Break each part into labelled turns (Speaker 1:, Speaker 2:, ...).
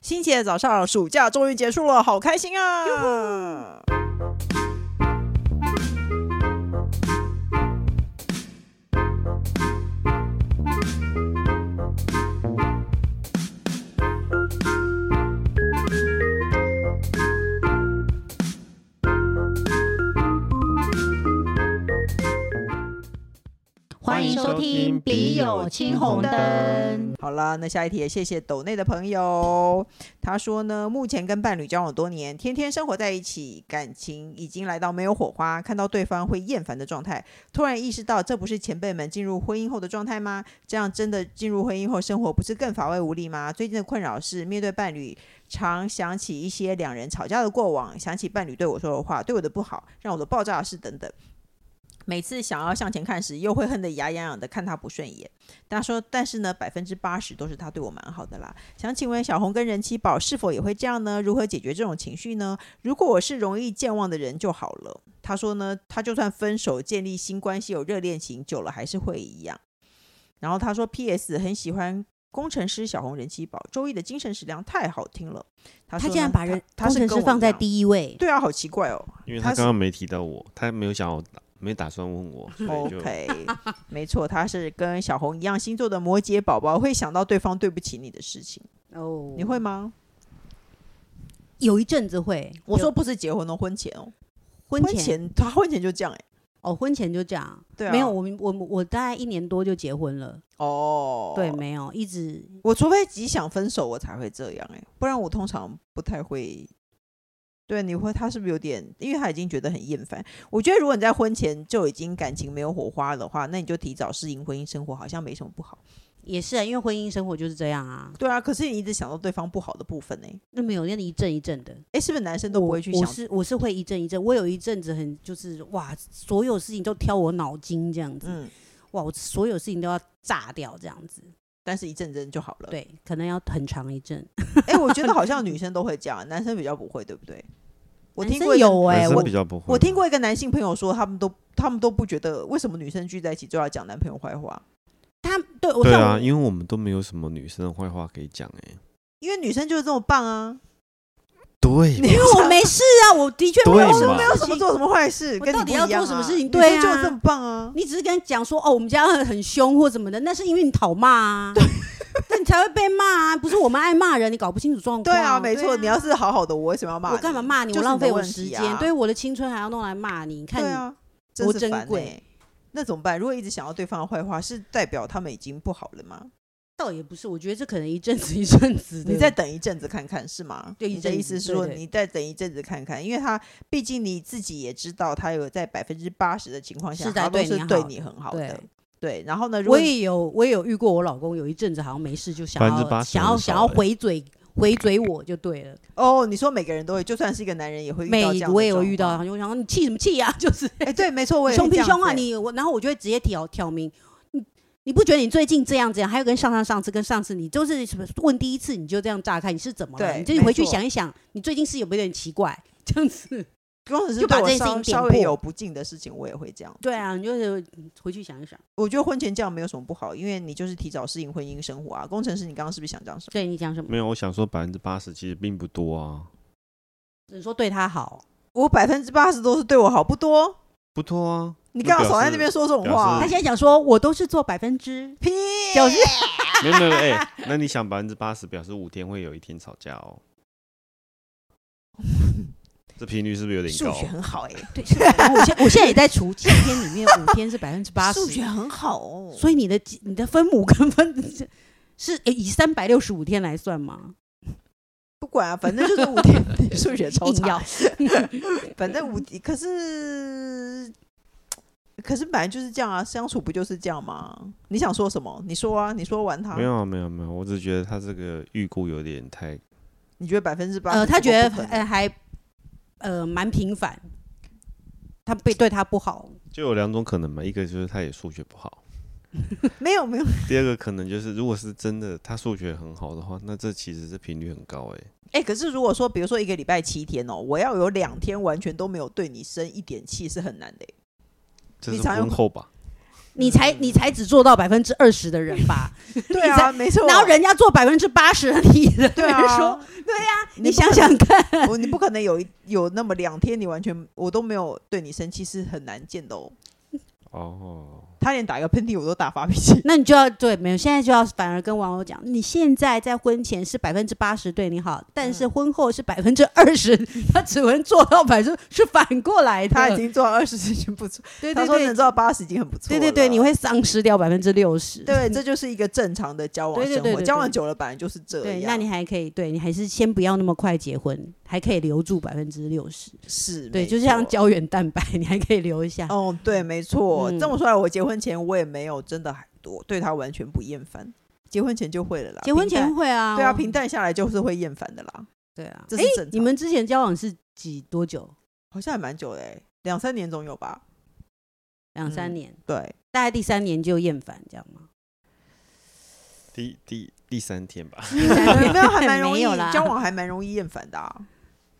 Speaker 1: 星期的早上，暑假终于结束了，好开心啊！
Speaker 2: 欢迎收听《笔友青红灯》。
Speaker 1: 好啦，那下一题也谢谢抖内的朋友。他说呢，目前跟伴侣交往多年，天天生活在一起，感情已经来到没有火花，看到对方会厌烦的状态。突然意识到，这不是前辈们进入婚姻后的状态吗？这样真的进入婚姻后，生活不是更乏味无力吗？最近的困扰是，面对伴侣，常想起一些两人吵架的过往，想起伴侣对我说的话，对我的不好，让我的爆炸式等等。每次想要向前看时，又会恨得牙痒痒的，看他不顺眼。他说：“但是呢，百分之八十都是他对我蛮好的啦。”想请问小红跟人气宝是否也会这样呢？如何解决这种情绪呢？如果我是容易健忘的人就好了。他说呢，他就算分手、建立新关系、有热恋情，久了还是会一样。然后他说：“P.S. 很喜欢工程师小红人气宝，周易的精神食粮太好听了。”他
Speaker 2: 他
Speaker 1: 说呢
Speaker 2: 竟然把人
Speaker 1: 他他
Speaker 2: 工
Speaker 1: 是
Speaker 2: 程
Speaker 1: 跟
Speaker 2: 师
Speaker 1: 我
Speaker 2: 放在
Speaker 1: 一样
Speaker 2: 第一位，
Speaker 1: 对啊，好奇怪哦。
Speaker 3: 因为
Speaker 1: 他
Speaker 3: 他
Speaker 1: 是
Speaker 3: 刚刚没提到我，他没有想要打，没打算问我，所以就
Speaker 1: 哦 OK，没错，他是跟小红一样星座的摩羯宝宝，会想到对方对不起你的事情，
Speaker 2: 哦
Speaker 1: 你会吗？
Speaker 2: 有一阵子会。
Speaker 1: 我说
Speaker 2: 有
Speaker 1: 不是结婚哦，婚前哦，
Speaker 2: 婚
Speaker 1: 婚
Speaker 2: 前
Speaker 1: 他婚前就这样哎、
Speaker 2: 哦，婚前就这样，
Speaker 1: 对啊，
Speaker 2: 没有我们我我大概一年多就结婚了，
Speaker 1: 哦，
Speaker 2: 对，没有一直
Speaker 1: 我除非极想分手，我才会这样哎、不然我通常不太会。对，你会他是不是有点？因为他已经觉得很厌烦。我觉得如果你在婚前就已经感情没有火花的话，那你就提早适应婚姻生活，好像没什么不好。
Speaker 2: 也是啊，因为婚姻生活就是这样啊，
Speaker 1: 对啊，可是你一直想到对方不好的部分呢、欸？
Speaker 2: 那没有那一阵一阵的，
Speaker 1: 哎，是不是男生都不会去
Speaker 2: 我。我
Speaker 1: 想
Speaker 2: 是我是会一阵一阵，我有一阵子很就是哇，所有事情都挑我脑筋这样子，
Speaker 1: 嗯，
Speaker 2: 哇，我所有事情都要炸掉这样子，
Speaker 1: 但是一阵阵就好了。，
Speaker 2: 对，可能要很长一阵。
Speaker 1: 哎、我觉得好 像女生都会这样，男生比较不会，对不对？我
Speaker 2: 男
Speaker 1: 听
Speaker 2: 生
Speaker 1: 过一个
Speaker 2: 有哎、
Speaker 3: 男
Speaker 2: 我
Speaker 3: 生比较不会。
Speaker 1: 我听，过一个男性朋友说，他们都他们都不觉得为什么女生聚在一起就要讲男朋友坏话，
Speaker 2: 他对我
Speaker 3: 对
Speaker 2: 像
Speaker 3: 啊，
Speaker 2: 我
Speaker 3: 因为我们都没有什么女生的坏话可以讲哎、
Speaker 1: 因为女生就是这么棒啊，
Speaker 3: 对
Speaker 1: 你
Speaker 3: 嘛，
Speaker 2: 因为我没事啊，我的确没有
Speaker 3: 对
Speaker 2: 什么
Speaker 3: 嘛
Speaker 1: 没有什么
Speaker 2: 做。
Speaker 1: 做什么坏事，
Speaker 2: 我
Speaker 1: 跟你
Speaker 2: 到底
Speaker 1: 不一
Speaker 2: 要
Speaker 1: 样
Speaker 2: 做什么
Speaker 1: 啊
Speaker 2: 事情
Speaker 1: 女
Speaker 2: 对
Speaker 1: 生就是
Speaker 2: 啊
Speaker 1: 这么棒啊。
Speaker 2: 你只是跟他讲说哦，我们家很很凶或什么的，那是因为你讨骂啊，那你才会被骂啊，不是我们爱骂人，你搞不清楚状
Speaker 1: 对
Speaker 2: 况。啊
Speaker 1: 啊，没错，你要是好好的，我为什么要骂你？
Speaker 2: 我干嘛骂你？
Speaker 1: 就
Speaker 2: 我
Speaker 1: 是
Speaker 2: 浪
Speaker 1: 的
Speaker 2: 费我
Speaker 1: 问
Speaker 2: 时
Speaker 1: 题
Speaker 2: 间，
Speaker 1: 啊
Speaker 2: 对我的青春还要弄来骂你，你看
Speaker 1: 对
Speaker 2: 你
Speaker 1: 啊，真
Speaker 2: 多
Speaker 1: 是
Speaker 2: 珍
Speaker 1: 烦
Speaker 2: 贵
Speaker 1: 欸那怎么办？如果一直想要对方的坏话，是代表他们已经不好了吗？
Speaker 2: 倒也不是，我觉得这可能一阵子一阵子的。
Speaker 1: 你再等一阵子看看是吗？
Speaker 2: 对一
Speaker 1: 你的
Speaker 2: 阵
Speaker 1: 意
Speaker 2: 子
Speaker 1: 思是
Speaker 2: 对
Speaker 1: 说
Speaker 2: 对
Speaker 1: 你再等一阵子看看，因为他毕竟你自己也知道，他有在百分之八十的情况下，
Speaker 2: 是在
Speaker 1: 他都
Speaker 2: 对
Speaker 1: 是
Speaker 2: 你
Speaker 1: 对
Speaker 2: 好
Speaker 1: 你很好的
Speaker 2: 对。，
Speaker 1: 对，然后呢，如
Speaker 2: 我
Speaker 1: 果
Speaker 2: 也有我也有遇过，我老公有一阵子好像没事就想要
Speaker 3: 80%
Speaker 2: 想要
Speaker 3: 很少
Speaker 2: 想要
Speaker 1: 哎
Speaker 3: 欸
Speaker 2: 回嘴回嘴我就对了，
Speaker 1: 哦，你说每个人都会，就算是一个男人也会 遇
Speaker 2: 每
Speaker 1: 到这样，
Speaker 2: 我也有遇到，。就想说你气什么气啊， 就是
Speaker 1: 哎，对，没错，我也
Speaker 2: 凶
Speaker 1: 会这样
Speaker 2: 屁凶
Speaker 1: 子
Speaker 2: 啊
Speaker 1: 欸，
Speaker 2: 你我，然后我就会直接挑挑明你。你不觉得你最近这样这样，还有跟上上上次跟上次，你就是什么问第一次你就这样炸开，你是怎么了？
Speaker 1: 对
Speaker 2: 你自己回去
Speaker 1: 没错
Speaker 2: 想一想，你最近是有没有点奇怪这样子？
Speaker 1: 工程师
Speaker 2: 就把
Speaker 1: 对我
Speaker 2: 这件事
Speaker 1: 稍
Speaker 2: 情点
Speaker 1: 稍微
Speaker 2: 破
Speaker 1: 有不敬的事情，我也会这样。
Speaker 2: 对啊，你就是回去想一想。
Speaker 1: 我觉得婚前这样没有什么不好，因为你就是提早适应婚姻生活啊。工程师，你刚刚是不是想讲什么？
Speaker 2: 对你讲什么？
Speaker 3: 没有，我想说百分之八十其实并不多啊，
Speaker 2: 你说对他好，
Speaker 1: 我百分之八十都是对我好，不多。
Speaker 3: 不多啊。
Speaker 1: 你
Speaker 3: 那
Speaker 1: 干嘛
Speaker 3: 表
Speaker 1: 少在
Speaker 3: 示
Speaker 1: 那边说这种
Speaker 3: 表
Speaker 1: 话
Speaker 2: 他
Speaker 3: 示
Speaker 1: 啊？
Speaker 2: 现在讲说我都是做百分之，
Speaker 1: 屁！
Speaker 2: 表示
Speaker 3: 没有没有，哎、 那你想百分之八十，表示五天会有一天吵架哦。这频率是不是有点
Speaker 1: 数
Speaker 3: 高？
Speaker 1: 学很好 哎、
Speaker 2: 对，是然后我现我现在也在除七天里面五天是百分之八十，
Speaker 1: 数学很好哦。
Speaker 2: 所以你的你的分母跟分 是诶以三百六十五天来算吗？
Speaker 1: 不管啊，反正就是五天 你数学超
Speaker 2: 硬
Speaker 1: 差
Speaker 2: 要，
Speaker 1: 反正五可是可是本来就是这样啊，相处不就是这样吗？你想说什么？你说啊，你说完他
Speaker 3: 没，有啊没有没有，我只是觉得他这个预估有点太
Speaker 1: 你觉得百分之八？
Speaker 2: 呃，他觉得呃还呃蛮平凡，他被对他不好，
Speaker 3: 就有两种可能嘛，一个就是他也数学不好，
Speaker 1: 没有没有，
Speaker 3: 第二个可能就是如果是真的他数学很好的话，那这其实是频率很高哎、
Speaker 1: 哎、可是如果说比如说一个礼拜七天哦，我要有两天完全都没有对你生一点气是很难 的欸、
Speaker 3: 这
Speaker 1: 你
Speaker 3: 是
Speaker 1: 常用
Speaker 3: 婚后吧？
Speaker 2: 你才
Speaker 1: 嗯
Speaker 2: 你才只做到百分之二十的人吧，
Speaker 1: 对啊，没错，
Speaker 2: 然后人家做百分之八十的你，
Speaker 1: 对
Speaker 2: 人
Speaker 1: 啊，
Speaker 2: 说你
Speaker 1: 不可
Speaker 2: 想想看，
Speaker 1: 我你不可能有一有那么两天，你完全我都没有对你生气，是很难见的哦。
Speaker 3: 哦，
Speaker 1: 他连打一个喷嚏我都打发脾 气，
Speaker 2: 那你就要对没有，现在就要反而跟网友讲，你现在在婚前是百分之八十对你好，但
Speaker 1: 嗯
Speaker 2: 是婚后是百分之二十， 他只能做到百分是反过来的。
Speaker 1: 他已经做到二十已经不错，
Speaker 2: 对
Speaker 1: 他
Speaker 2: 对
Speaker 1: 说
Speaker 2: 对
Speaker 1: 能做到八十已经很不错
Speaker 2: 对
Speaker 1: 了。
Speaker 2: 对对，你会丧失掉百分之六十。
Speaker 1: 对，这就是一个正常的交往
Speaker 2: 对对
Speaker 1: 生
Speaker 2: 对
Speaker 1: 活，
Speaker 2: 对
Speaker 1: 交往
Speaker 2: 对
Speaker 1: 久了本来就是这样。
Speaker 2: 对，那你还可以，对你还是先不要那么快结婚，还可以留住百分之六十。
Speaker 1: 是
Speaker 2: 对，
Speaker 1: 没
Speaker 2: 就像
Speaker 1: 错
Speaker 2: 胶原蛋白，你还可以留一下。
Speaker 1: 哦，对，没错。
Speaker 2: 嗯
Speaker 1: 这么说来，我结婚前我也没有真的还我对他完全不厌烦，结婚前就会了啦。
Speaker 2: 结婚
Speaker 1: 平
Speaker 2: 前
Speaker 1: 淡
Speaker 2: 会啊，
Speaker 1: 对啊，
Speaker 2: 我
Speaker 1: 平淡下来就是会厌烦的啦，
Speaker 2: 对啊。
Speaker 1: 这
Speaker 2: 哎
Speaker 1: 是，正常。
Speaker 2: 你们之前交往是几多久？
Speaker 1: 好像还蛮久的、欸，两三年总有吧？
Speaker 2: 两三
Speaker 1: 嗯
Speaker 2: 年，
Speaker 1: 对，
Speaker 2: 大概第三年就厌烦，这样吗？
Speaker 3: 第第第三天吧，
Speaker 2: 第三
Speaker 1: 有
Speaker 2: 年
Speaker 1: 没有还蛮容
Speaker 2: 没
Speaker 1: 易
Speaker 2: 有啦
Speaker 1: 交往还蛮容易厌烦的、啊，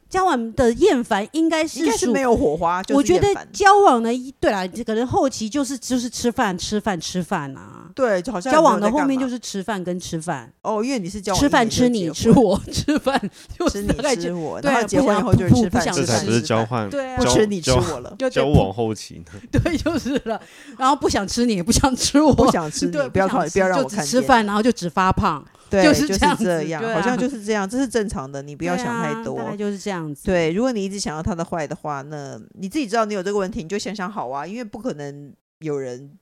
Speaker 2: 交往的厌烦应该
Speaker 1: 应
Speaker 2: 是
Speaker 1: 该是
Speaker 2: 属
Speaker 1: 没有火花，就是
Speaker 2: 我觉
Speaker 1: 厌
Speaker 2: 得
Speaker 1: 烦
Speaker 2: 交往的一，对啦，可能后期就是就是吃饭吃饭吃饭啊，
Speaker 1: 对，就好像
Speaker 2: 交往的后面就是是吃饭跟吃饭，
Speaker 1: 哦，因为你是交往
Speaker 2: 吃
Speaker 1: 一
Speaker 2: 饭
Speaker 1: 年就
Speaker 2: 吃你
Speaker 1: 结
Speaker 2: 吃
Speaker 1: 婚
Speaker 2: 我 吃饭，就
Speaker 1: 吃
Speaker 2: 是大概
Speaker 1: 你
Speaker 2: 就
Speaker 1: 吃我，
Speaker 2: 对
Speaker 1: 然
Speaker 2: 啊
Speaker 1: 后结
Speaker 2: 不
Speaker 1: 婚以
Speaker 2: 想
Speaker 1: 后就是
Speaker 2: 不
Speaker 1: 吃
Speaker 2: 不
Speaker 1: 饭
Speaker 2: 想
Speaker 1: 吃
Speaker 3: 这
Speaker 2: 吃
Speaker 1: 饭
Speaker 3: 才
Speaker 2: 饭
Speaker 3: 不
Speaker 1: 吃
Speaker 3: 是交
Speaker 1: 饭
Speaker 3: 换，
Speaker 2: 对啊
Speaker 1: 不
Speaker 3: 交
Speaker 1: 吃你吃
Speaker 3: 交
Speaker 1: 我了，
Speaker 2: 就
Speaker 3: 交往后期呢，
Speaker 2: 对，就是了。然后不想吃你，也不想吃我，
Speaker 1: 不想吃你，
Speaker 2: 对，
Speaker 1: 不要
Speaker 2: 想
Speaker 1: 靠，不要
Speaker 2: 吃
Speaker 1: 让
Speaker 2: 就
Speaker 1: 我
Speaker 2: 只
Speaker 1: 看
Speaker 2: 吃
Speaker 1: 见。
Speaker 2: 饭，然后就只发胖，
Speaker 1: 对，
Speaker 2: 就
Speaker 1: 就是
Speaker 2: 这样
Speaker 1: 这
Speaker 2: 子
Speaker 1: 样，
Speaker 2: 对
Speaker 1: 好像
Speaker 2: 啊
Speaker 1: 就是这样，这是正常的，你不
Speaker 2: 不
Speaker 1: 要想太多。
Speaker 2: 啊大概就是这样子。
Speaker 1: 对，如果你一直想要他的坏的话，那你自己知道你有这个问题，你就想想好啊，因为不可能有人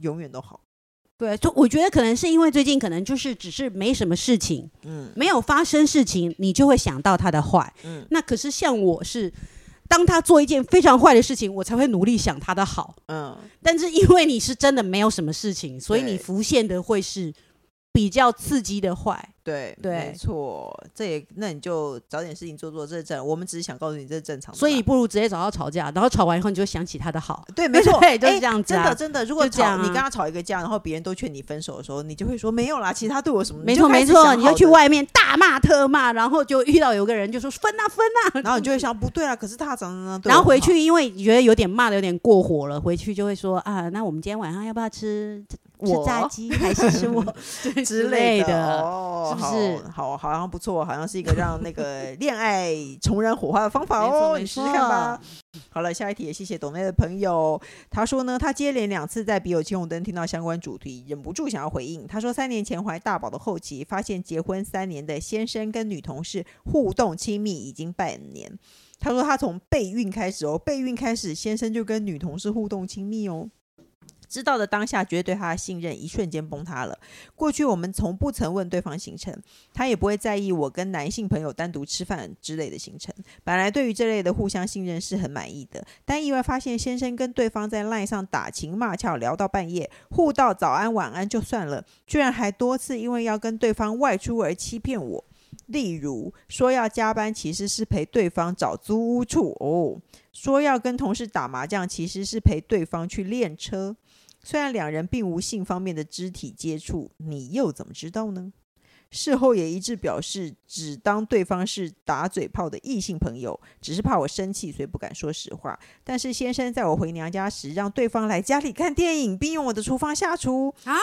Speaker 1: 永远都好。
Speaker 2: 对，就我觉得可能是因为最近可能就是只是没什么事情，
Speaker 1: 嗯
Speaker 2: 没有发生事情，你就会想到他的坏。
Speaker 1: 嗯，
Speaker 2: 那可是像我是，当他做一件非常坏的事情，我才会努力想他的好。
Speaker 1: 嗯，
Speaker 2: 但是因为你是真的没有什么事情，所以
Speaker 1: 对
Speaker 2: 你浮现的会是比较刺激的坏。
Speaker 1: 对，没
Speaker 2: 对
Speaker 1: 错，这也那你就找点事情做做，这是正。我们只是想告诉你这是正常的啦，
Speaker 2: 所以不如直接找他吵架，然后吵完以后你就想起他的好。
Speaker 1: 对，没错，
Speaker 2: 对就是
Speaker 1: 哎
Speaker 2: 这样子
Speaker 1: 真的
Speaker 2: 啊
Speaker 1: 真的，如果
Speaker 2: 就这
Speaker 1: 吵、
Speaker 2: 样
Speaker 1: 你跟
Speaker 2: 啊
Speaker 1: 他吵一个架，然后别人都劝你分手的时候，你就会说没有啦，其实他对我什么，
Speaker 2: 没
Speaker 1: 你就
Speaker 2: 错
Speaker 1: 开
Speaker 2: 没
Speaker 1: 始
Speaker 2: 错，
Speaker 1: 想
Speaker 2: 你
Speaker 1: 好
Speaker 2: 就去
Speaker 1: 的，
Speaker 2: 外面大骂特骂，然后就遇到有个人就说分啊分啊，
Speaker 1: 然后你就会想不对啊，可是他怎么怎么，对
Speaker 2: 然后
Speaker 1: 我
Speaker 2: 回
Speaker 1: 很好
Speaker 2: 去，因为你觉得有点骂的有点过火了，回去就会说啊，那我们今天晚上要不要吃吃
Speaker 1: 我
Speaker 2: 炸鸡还是 吃我对
Speaker 1: 之
Speaker 2: 类
Speaker 1: 类哦，
Speaker 2: 是不是
Speaker 1: 好好，好像不错，好像是一个让那个恋爱重燃火花的方法
Speaker 2: 没错
Speaker 1: 哦，
Speaker 2: 没
Speaker 1: 你试试看吧
Speaker 2: 错。
Speaker 1: 好了，下一题也谢谢董内的朋友，他说呢，他接连两次在笔友青红灯听到相关主题，忍不住想要回应。他说，三年前怀大宝的后期，发现结婚三年的先生跟女同事互动亲密已经半年。他说他从备孕开始哦，备孕开始，先生就跟女同事互动亲密哦。知道的当下，觉得对他的信任一瞬间崩塌了。过去我们从不曾问对方行程，他也不会在意我跟男性朋友单独吃饭之类的行程。本来对于这类的互相信任是很满意的，但意外发现先生跟对方在 LINE 上打情骂俏，聊到半夜，互道早安晚安就算了，居然还多次因为要跟对方外出而欺骗我。例如说要加班，其实是陪对方找租屋处哦；说要跟同事打麻将，其实是陪对方去练车。虽然两人并无性方面的肢体接触，你又怎么知道呢？事后也一致表示，只当对方是打嘴炮的异性朋友，只是怕我生气，所以不敢说实话。但是先生在我回娘家时，让对方来家里看电影，并用我的厨房下厨
Speaker 2: 啊，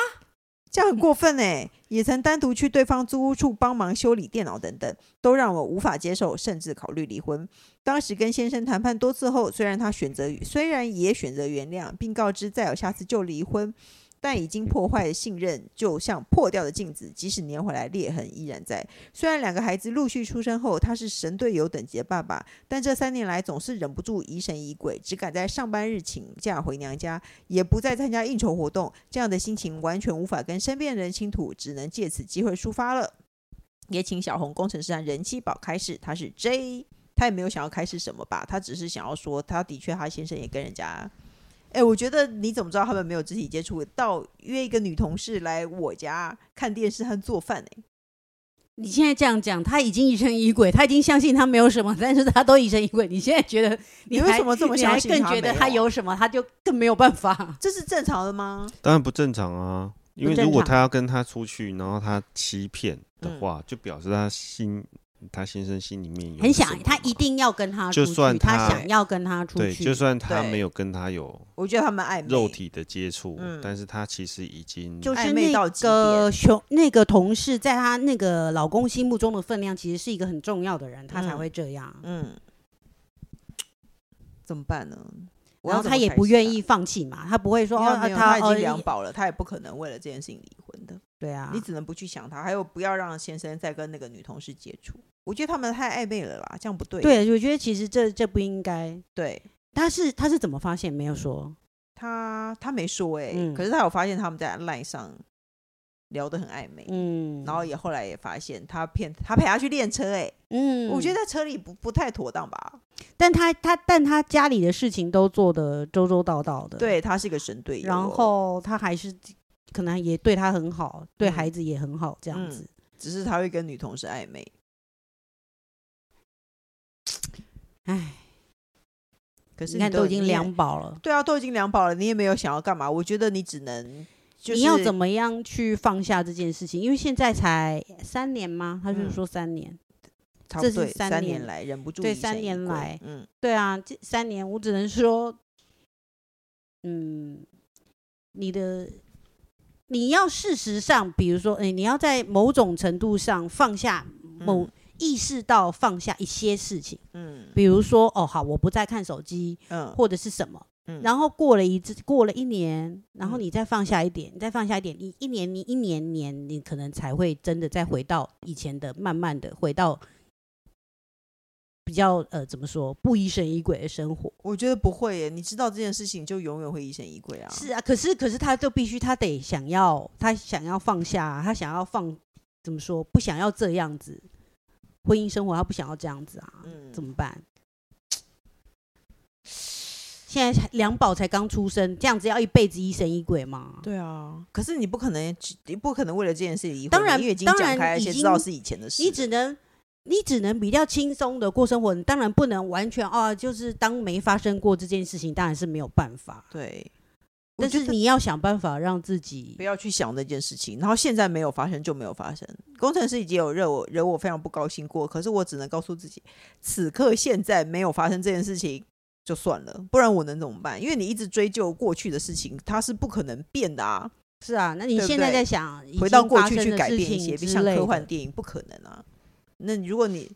Speaker 1: 这样很过分哎！也曾单独去对方租屋处帮忙修理电脑等等，都让我无法接受，甚至考虑离婚。当时跟先生谈判多次后，虽然他选择虽然也选择原谅，并告知再有下次就离婚，但已经破坏的信任就像破掉的镜子，即使粘回来，裂痕依然在。虽然两个孩子陆续出生后，他是神队友等级的爸爸，但这三年来总是忍不住疑神疑鬼，只敢在上班日请假回娘家，也不再参加应酬活动。这样的心情完全无法跟身边人倾吐，只能借此机会抒发了。也请小红工程师和人气宝开始，他是 J。他也没有想要开始什么吧，他只是想要说，他的确他先生也跟人家，哎，我觉得你怎么知道他们没有肢体接触？到约一个女同事来我家看电视和做饭、欸，
Speaker 2: 你现在这样讲，他已经疑神疑鬼，他已经相信他没有什么，但是他都疑神疑鬼。你现在觉得
Speaker 1: 你
Speaker 2: 还
Speaker 1: 为什么这么
Speaker 2: 你
Speaker 1: 相
Speaker 2: 还
Speaker 1: 信
Speaker 2: 更
Speaker 1: 他
Speaker 2: 觉得
Speaker 1: 没
Speaker 2: 他
Speaker 1: 有啊
Speaker 2: 有什么，他就更没有办法。
Speaker 1: 这是正常的吗？
Speaker 3: 当然不正常啊。因为
Speaker 2: 不正
Speaker 3: 如果
Speaker 2: 常嗯
Speaker 3: 他要跟他出去，然后他欺骗的话，就表示他心他先生心里面有
Speaker 2: 很
Speaker 3: 什
Speaker 2: 想
Speaker 3: 么
Speaker 2: 他一定要跟他
Speaker 3: 就
Speaker 2: 出去，
Speaker 3: 算
Speaker 2: 他
Speaker 3: 他
Speaker 2: 想要跟他出
Speaker 3: 对，
Speaker 2: 去，
Speaker 3: 就算他
Speaker 1: 对
Speaker 3: 没有跟他有
Speaker 1: 我觉得他们暧昧
Speaker 3: 肉体的接触，
Speaker 1: 嗯
Speaker 3: 但是他其实已经
Speaker 2: 就
Speaker 1: 暧
Speaker 2: 是
Speaker 1: 昧到
Speaker 2: 那
Speaker 1: 极点
Speaker 2: 个熊那个同事，在她那个老公心目中的分量，其实是一个很重要的人，她才
Speaker 1: 嗯
Speaker 2: 会这样。
Speaker 1: 嗯，怎么办呢？我要
Speaker 2: 然后
Speaker 1: 怎
Speaker 2: 她
Speaker 1: 么
Speaker 2: 也
Speaker 1: 开
Speaker 2: 不
Speaker 1: 始
Speaker 2: 愿
Speaker 1: 啊
Speaker 2: 意，放弃嘛，她不会说
Speaker 1: 因
Speaker 2: 哦，
Speaker 1: 为
Speaker 2: 啊
Speaker 1: 没有
Speaker 2: 她
Speaker 1: 他已
Speaker 2: 哦
Speaker 1: 经两保了，他也不可能为了这件事情离婚的。
Speaker 2: 对啊
Speaker 1: 你，只能不去想他，还有不要让先生再跟那个女同事接触。我觉得他们太暧昧了啦，这样不对。
Speaker 2: 对，我觉得其实这这不应该。
Speaker 1: 对，
Speaker 2: 她是她是怎么发现？没有
Speaker 1: 嗯
Speaker 2: 说，
Speaker 1: 他他没说哎、
Speaker 2: 嗯
Speaker 1: 可是他有发现他们在赖上聊得很暧昧，
Speaker 2: 嗯，
Speaker 1: 然后也后来也发现他骗他陪他去练车哎、
Speaker 2: 嗯，
Speaker 1: 我觉得，在车里不不太妥当吧？
Speaker 2: 但她她但她家里的事情都做得周周到到的，，
Speaker 1: 对，他是个神队友哦，
Speaker 2: 然后她还是可能也对她很好，对
Speaker 1: 嗯
Speaker 2: 孩子也很好，这样
Speaker 1: 嗯
Speaker 2: 子。
Speaker 1: 只是他会跟女同事暧昧。
Speaker 2: 唉，
Speaker 1: 可是
Speaker 2: 你看
Speaker 1: 都
Speaker 2: 都已经
Speaker 1: 你也
Speaker 2: 两保了。
Speaker 1: 对啊，都已经两保了，你也没有想要干嘛？我觉得你只能就是
Speaker 2: 你要怎
Speaker 1: 么
Speaker 2: 么样去放下这件事情？因为现在才三年吗？他
Speaker 1: 嗯
Speaker 2: 就是说三年。这是三
Speaker 1: 三
Speaker 2: 年
Speaker 1: 年来忍不住
Speaker 2: 对
Speaker 1: 疑神
Speaker 2: 三
Speaker 1: 疑
Speaker 2: 年
Speaker 1: 鬼
Speaker 2: 来
Speaker 1: 嗯
Speaker 2: 对啊，这三年我只能说，嗯，你的你要事实上，比如说，哎、你要在某种程度上放下某、意识到放下一些事情，
Speaker 1: 嗯
Speaker 2: 比如说，哦，好，我不再看手机
Speaker 1: 嗯
Speaker 2: 或者是什么。
Speaker 1: 嗯
Speaker 2: 然后过了一次，过了一年，然后
Speaker 1: 嗯
Speaker 2: 你再放下一点，你再放下一点，你一年，你一年年，你可能才会真的再回到以前的，慢慢的回到比较呃怎么说不疑神疑鬼的生活。
Speaker 1: 我觉得不会耶，你知道这件事情就永远会疑神疑鬼啊。
Speaker 2: 是啊，可是可是他就必须他得想要他想要放下啊，他想要放怎么说不想要这样子，婚姻生活他不想要这样子啊，
Speaker 1: 嗯
Speaker 2: 怎么办？现在两宝才刚出生，这样子要一辈子疑神疑鬼吗？
Speaker 1: 对啊，可是你不可能，你不可能为了这件事离婚啊，
Speaker 2: 当然
Speaker 1: 因为已经
Speaker 2: 当
Speaker 1: 讲
Speaker 2: 然
Speaker 1: 开，而
Speaker 2: 已
Speaker 1: 且知
Speaker 2: 经
Speaker 1: 道是以前的事了。
Speaker 2: 你只能你只能比较轻松的过生活，你当然不能完全啊，就是当没发生过这件事情，当然是没有办法。
Speaker 1: 对，我
Speaker 2: 但
Speaker 1: 觉
Speaker 2: 是
Speaker 1: 得
Speaker 2: 你要想办法让自己
Speaker 1: 不要去想这件事情，然后现在没有发生就没有发生。工程师已经有惹我惹我非常不高兴过，可是我只能告诉自己，此刻现在没有发生这件事情就算了，不然我能怎么办？因为你一直追究过去的事情，它是不可能变的啊。
Speaker 2: 是啊，那你
Speaker 1: 对不
Speaker 2: 现在
Speaker 1: 对
Speaker 2: 在想已
Speaker 1: 回到
Speaker 2: 经
Speaker 1: 过
Speaker 2: 发
Speaker 1: 去
Speaker 2: 生
Speaker 1: 去
Speaker 2: 的
Speaker 1: 改
Speaker 2: 事
Speaker 1: 变一
Speaker 2: 情
Speaker 1: 些，
Speaker 2: 之
Speaker 1: 像
Speaker 2: 类
Speaker 1: 科幻
Speaker 2: 的
Speaker 1: 电影不可能啊。那你如果你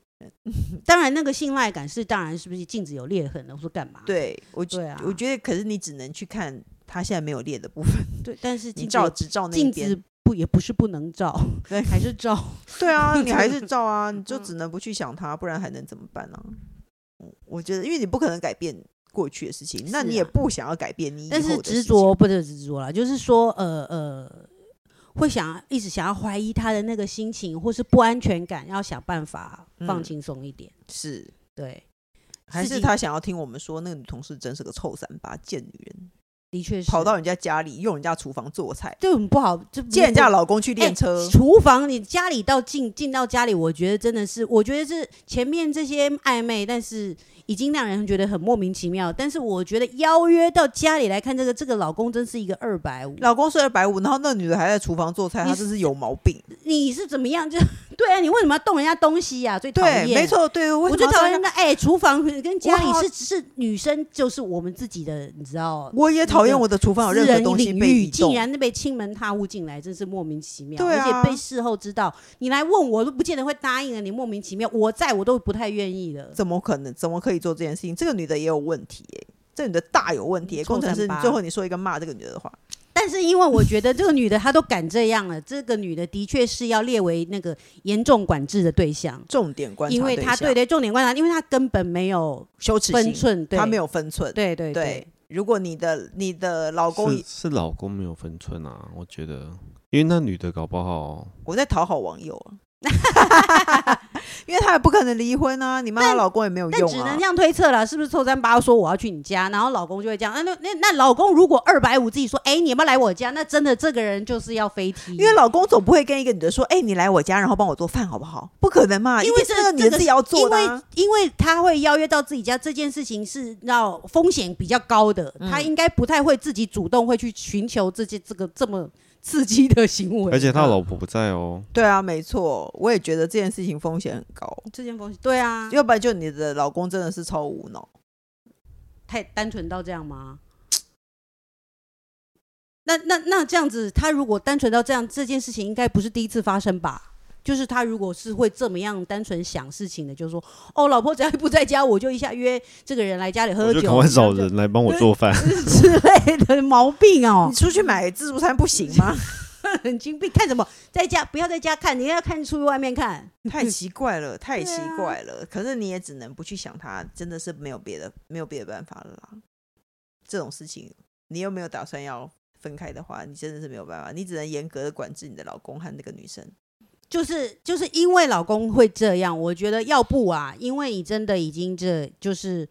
Speaker 2: 当然那个信赖感是当然是不是镜子有裂痕了，我说干嘛？
Speaker 1: 对我觉
Speaker 2: 对啊，
Speaker 1: 我觉得，可是你只能去看他现在没有裂的部分，
Speaker 2: 对，但是
Speaker 1: 你
Speaker 2: 镜子
Speaker 1: 照只照那一
Speaker 2: 镜
Speaker 1: 边，
Speaker 2: 子不也不是不能照，
Speaker 1: 对
Speaker 2: 还是照。
Speaker 1: 对啊，你还 是照啊，你就
Speaker 2: 嗯
Speaker 1: 只能不去想他，不然还能怎么办呢、嗯我觉得，因为你不可能改变过去的事情，那
Speaker 2: 是
Speaker 1: 你也
Speaker 2: 啊
Speaker 1: 不想要改变你以
Speaker 2: 但是
Speaker 1: 后的
Speaker 2: 执
Speaker 1: 事情
Speaker 2: 着不是执着啦，就是说呃呃，会想一直想要怀疑他的那个心情或是不安全感，要想办法放
Speaker 1: 嗯
Speaker 2: 轻松一点。
Speaker 1: 是
Speaker 2: 对，
Speaker 1: 还
Speaker 2: 自
Speaker 1: 是
Speaker 2: 己
Speaker 1: 他想要听我们说，那个女同事真是个臭三八贱女人，
Speaker 2: 的确是
Speaker 1: 跑到人家家里用人家厨房做菜，
Speaker 2: 就很不好，就
Speaker 1: 借人家
Speaker 2: 老。
Speaker 1: 老公去练
Speaker 2: 哎
Speaker 1: 车，
Speaker 2: 厨房，你家里到进进到家里，我觉得真的是，我觉得是前面这些暧昧，但是已经让人觉得很莫名其妙。但是我觉得邀约到家里来看这个，这个老公真是一个二百五。
Speaker 1: 老公睡了百五，然后那女的还在厨房做菜，
Speaker 2: 你
Speaker 1: 她真是有毛病。
Speaker 2: 你是怎么样？就 对啊，你为什么要动人家东西呀、最讨
Speaker 1: 对
Speaker 2: 厌，，
Speaker 1: 没。错，对，我
Speaker 2: 我最讨厌那哎，厨房跟家里
Speaker 1: 啊我好
Speaker 2: 是是女生，就是我们自己的，你知道，
Speaker 1: 我也讨厌我的厨房有
Speaker 2: 私
Speaker 1: 任何
Speaker 2: 人
Speaker 1: 东西
Speaker 2: 领
Speaker 1: 被
Speaker 2: 域
Speaker 1: 移动
Speaker 2: 竟，然被亲门踏户进来，真是莫名其妙。
Speaker 1: 对啊
Speaker 2: 而且被事后知道，你来问我都不见得会答应啊！你莫名其妙，我在我都不太愿意了。
Speaker 1: 怎么可能？怎么可以做这件事情？这个女的也有问题耶、这女的大有问题、耶
Speaker 2: 臭
Speaker 1: 工程师，
Speaker 2: 三八
Speaker 1: 你最后你说一个骂这个女的的话，
Speaker 2: 但是因为我觉得这个女的她都敢这样了，这个女的的确是要列为那个严重管制的对象，
Speaker 1: 重点观察
Speaker 2: 因为
Speaker 1: 对
Speaker 2: 她
Speaker 1: 象
Speaker 2: 对对重点观察，因为她根本没有
Speaker 1: 羞耻
Speaker 2: 分
Speaker 1: 心，
Speaker 2: 寸，对
Speaker 1: 她没，有分寸。
Speaker 2: 对对
Speaker 1: 对，如果你的你的老公
Speaker 3: 是，是老公没有分寸啊，我觉得，因为那女的搞不好，
Speaker 1: 我在讨好网友啊， 因为她也不可能离婚啊，你骂她老公也没有
Speaker 2: 但
Speaker 1: 用
Speaker 2: 只能
Speaker 1: 啊
Speaker 2: 这。样推测了，是不是臭三八说我要去你家，然后老公就会这样，啊那那那那老公如果二百五自己说，哎、你要不要来我家？那真的这个人就是要飞踢，
Speaker 1: 因为老公总不会跟一个女的说：“哎、你来我家，然后帮我做饭好不好？”不可能嘛，
Speaker 2: 因为
Speaker 1: 一定是
Speaker 2: 这
Speaker 1: 那个女
Speaker 2: 这
Speaker 1: 的
Speaker 2: 个
Speaker 1: 自己要做
Speaker 2: 因
Speaker 1: 的、
Speaker 2: 为
Speaker 1: 啊。
Speaker 2: 因为他会邀约到自己家这件事情是要风险比较高的，
Speaker 1: 嗯
Speaker 2: 他应该不太会自己主动会去寻求这些这个这么刺激的行为。啊
Speaker 3: 而且他老婆不在哦，
Speaker 1: 对啊，没错，我也觉得这件事情风险很高，
Speaker 2: 这件风险，对啊，
Speaker 1: 要不然就你的老公真的是超无脑。
Speaker 2: 太单纯到这样吗？那那那这样子，他如果单纯到这样，这件事情应该不是第一次发生吧？就是他如果是会这么样单纯想事情的，就是说，哦，老婆只要一不在家，我就一下约这个人来家里喝
Speaker 3: 我
Speaker 2: 喝
Speaker 3: 就
Speaker 2: 酒，
Speaker 3: 赶快找人来帮我做饭。
Speaker 2: 之类的毛病哦
Speaker 1: 你，出去买自助餐不行 吗？
Speaker 2: 神经病！看什么，在家不要在家看，你要看出去外面看。
Speaker 1: 太奇怪了，太奇
Speaker 2: 对啊
Speaker 1: 怪了。可是你也只能不去想他，真的是没有别的，没有别的办法了啦。这种事情，你又没有打算要分开的话，你真的是没有办法，你只能严格的管制你的老公和那个女生。
Speaker 2: 就是就是因为老公会这样，我觉得要不啊，因为你真的已经这就是，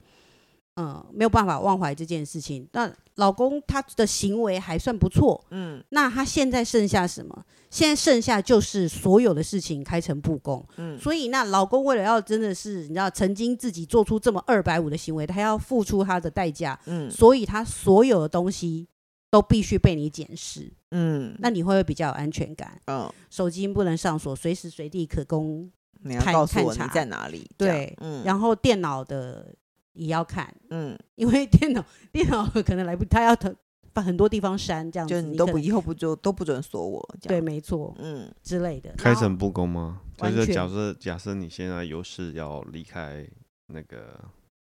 Speaker 2: 嗯、没有办法忘怀这件事情。那老公他的行为还算不错，
Speaker 1: 嗯
Speaker 2: 那他现在剩下什么？现在剩下就是所有的事情开诚布公。
Speaker 1: 嗯，
Speaker 2: 所以那老公为了要真的是你知道，曾经自己做出这么二百五的行为，他要付出他的代价，
Speaker 1: 嗯
Speaker 2: 所以他所有的东西都必须被你检视，
Speaker 1: 嗯，
Speaker 2: 那你会不会比较有安全感？
Speaker 1: 嗯，
Speaker 2: 手机不能上锁，随时随地可供。
Speaker 1: 你要
Speaker 2: 看
Speaker 1: 告诉
Speaker 2: 看
Speaker 1: 我你
Speaker 2: 查
Speaker 1: 在哪里。这样
Speaker 2: 对，
Speaker 1: 嗯，
Speaker 2: 然后电脑的也要看，
Speaker 1: 嗯，
Speaker 2: 因为电脑电脑可能来不，他要腾把很多地方删这样子，
Speaker 1: 就
Speaker 2: 你
Speaker 1: 你都
Speaker 2: 可
Speaker 1: 不
Speaker 2: 能
Speaker 1: 以后不就都不准锁我。这
Speaker 2: 对，
Speaker 1: 样，
Speaker 2: 没错
Speaker 1: 嗯
Speaker 2: 之类的。
Speaker 3: 开
Speaker 2: 然后
Speaker 3: 诚布公吗？就
Speaker 2: 完
Speaker 3: 是
Speaker 2: 全
Speaker 3: 假设假设你现在有事要离开那个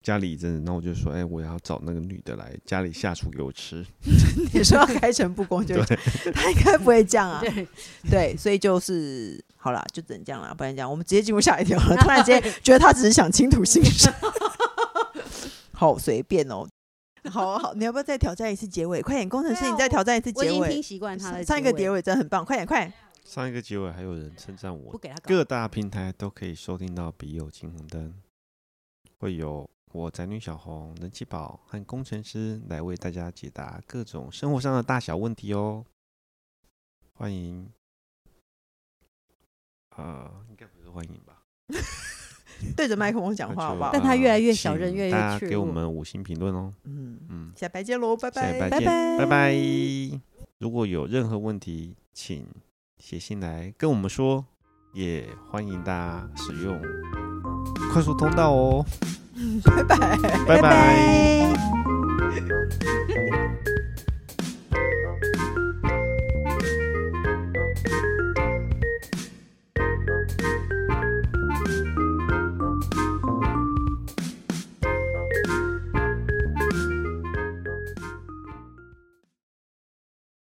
Speaker 3: 家里一阵子，那我就说，哎、我要找那个女的来家里下厨给我吃。
Speaker 1: 你说要开诚布公就， 他应该不会这样啊。
Speaker 2: 对，
Speaker 1: 对，所以就是好啦，就只能这样啦，不然这样我们直接进入下一条 了。突然间觉得他只是想倾吐心声，好随便 哦。好好，你要不要再挑战一次结尾？快点，工程师，
Speaker 2: 对啊
Speaker 1: 你再挑战一次
Speaker 2: 我已
Speaker 1: 结
Speaker 2: 经听
Speaker 1: 尾。
Speaker 2: 习惯他的
Speaker 1: 上一个结
Speaker 2: 尾，
Speaker 1: 尾真的很棒，快点，快点！
Speaker 3: 上一个结尾还有人称赞我
Speaker 2: 不给他搞。
Speaker 3: 各大平台都可以收听到《笔友金红灯》，会有我宅女小红、人气宝和工程师来为大家解答各种生活上的大小问题哦。欢迎，呃，应该不是欢迎吧？
Speaker 1: 对着麦克风讲
Speaker 3: 那
Speaker 1: 话好
Speaker 3: 就呃
Speaker 1: 不好
Speaker 2: 但？他越来越小
Speaker 3: 请
Speaker 2: 人越来越
Speaker 3: 大家
Speaker 2: 怯
Speaker 3: 给我
Speaker 2: 弱
Speaker 3: 们五星评论哦。
Speaker 1: 嗯，
Speaker 3: 嗯，
Speaker 1: 下拜见喽，拜
Speaker 3: 下礼
Speaker 1: 拜，
Speaker 3: 拜
Speaker 2: 拜
Speaker 3: 见，
Speaker 2: 拜
Speaker 3: 拜拜。如果有任何问题，请写信来跟我们说，也欢迎大家使用快速通道哦。
Speaker 1: 拜拜。
Speaker 3: 拜拜。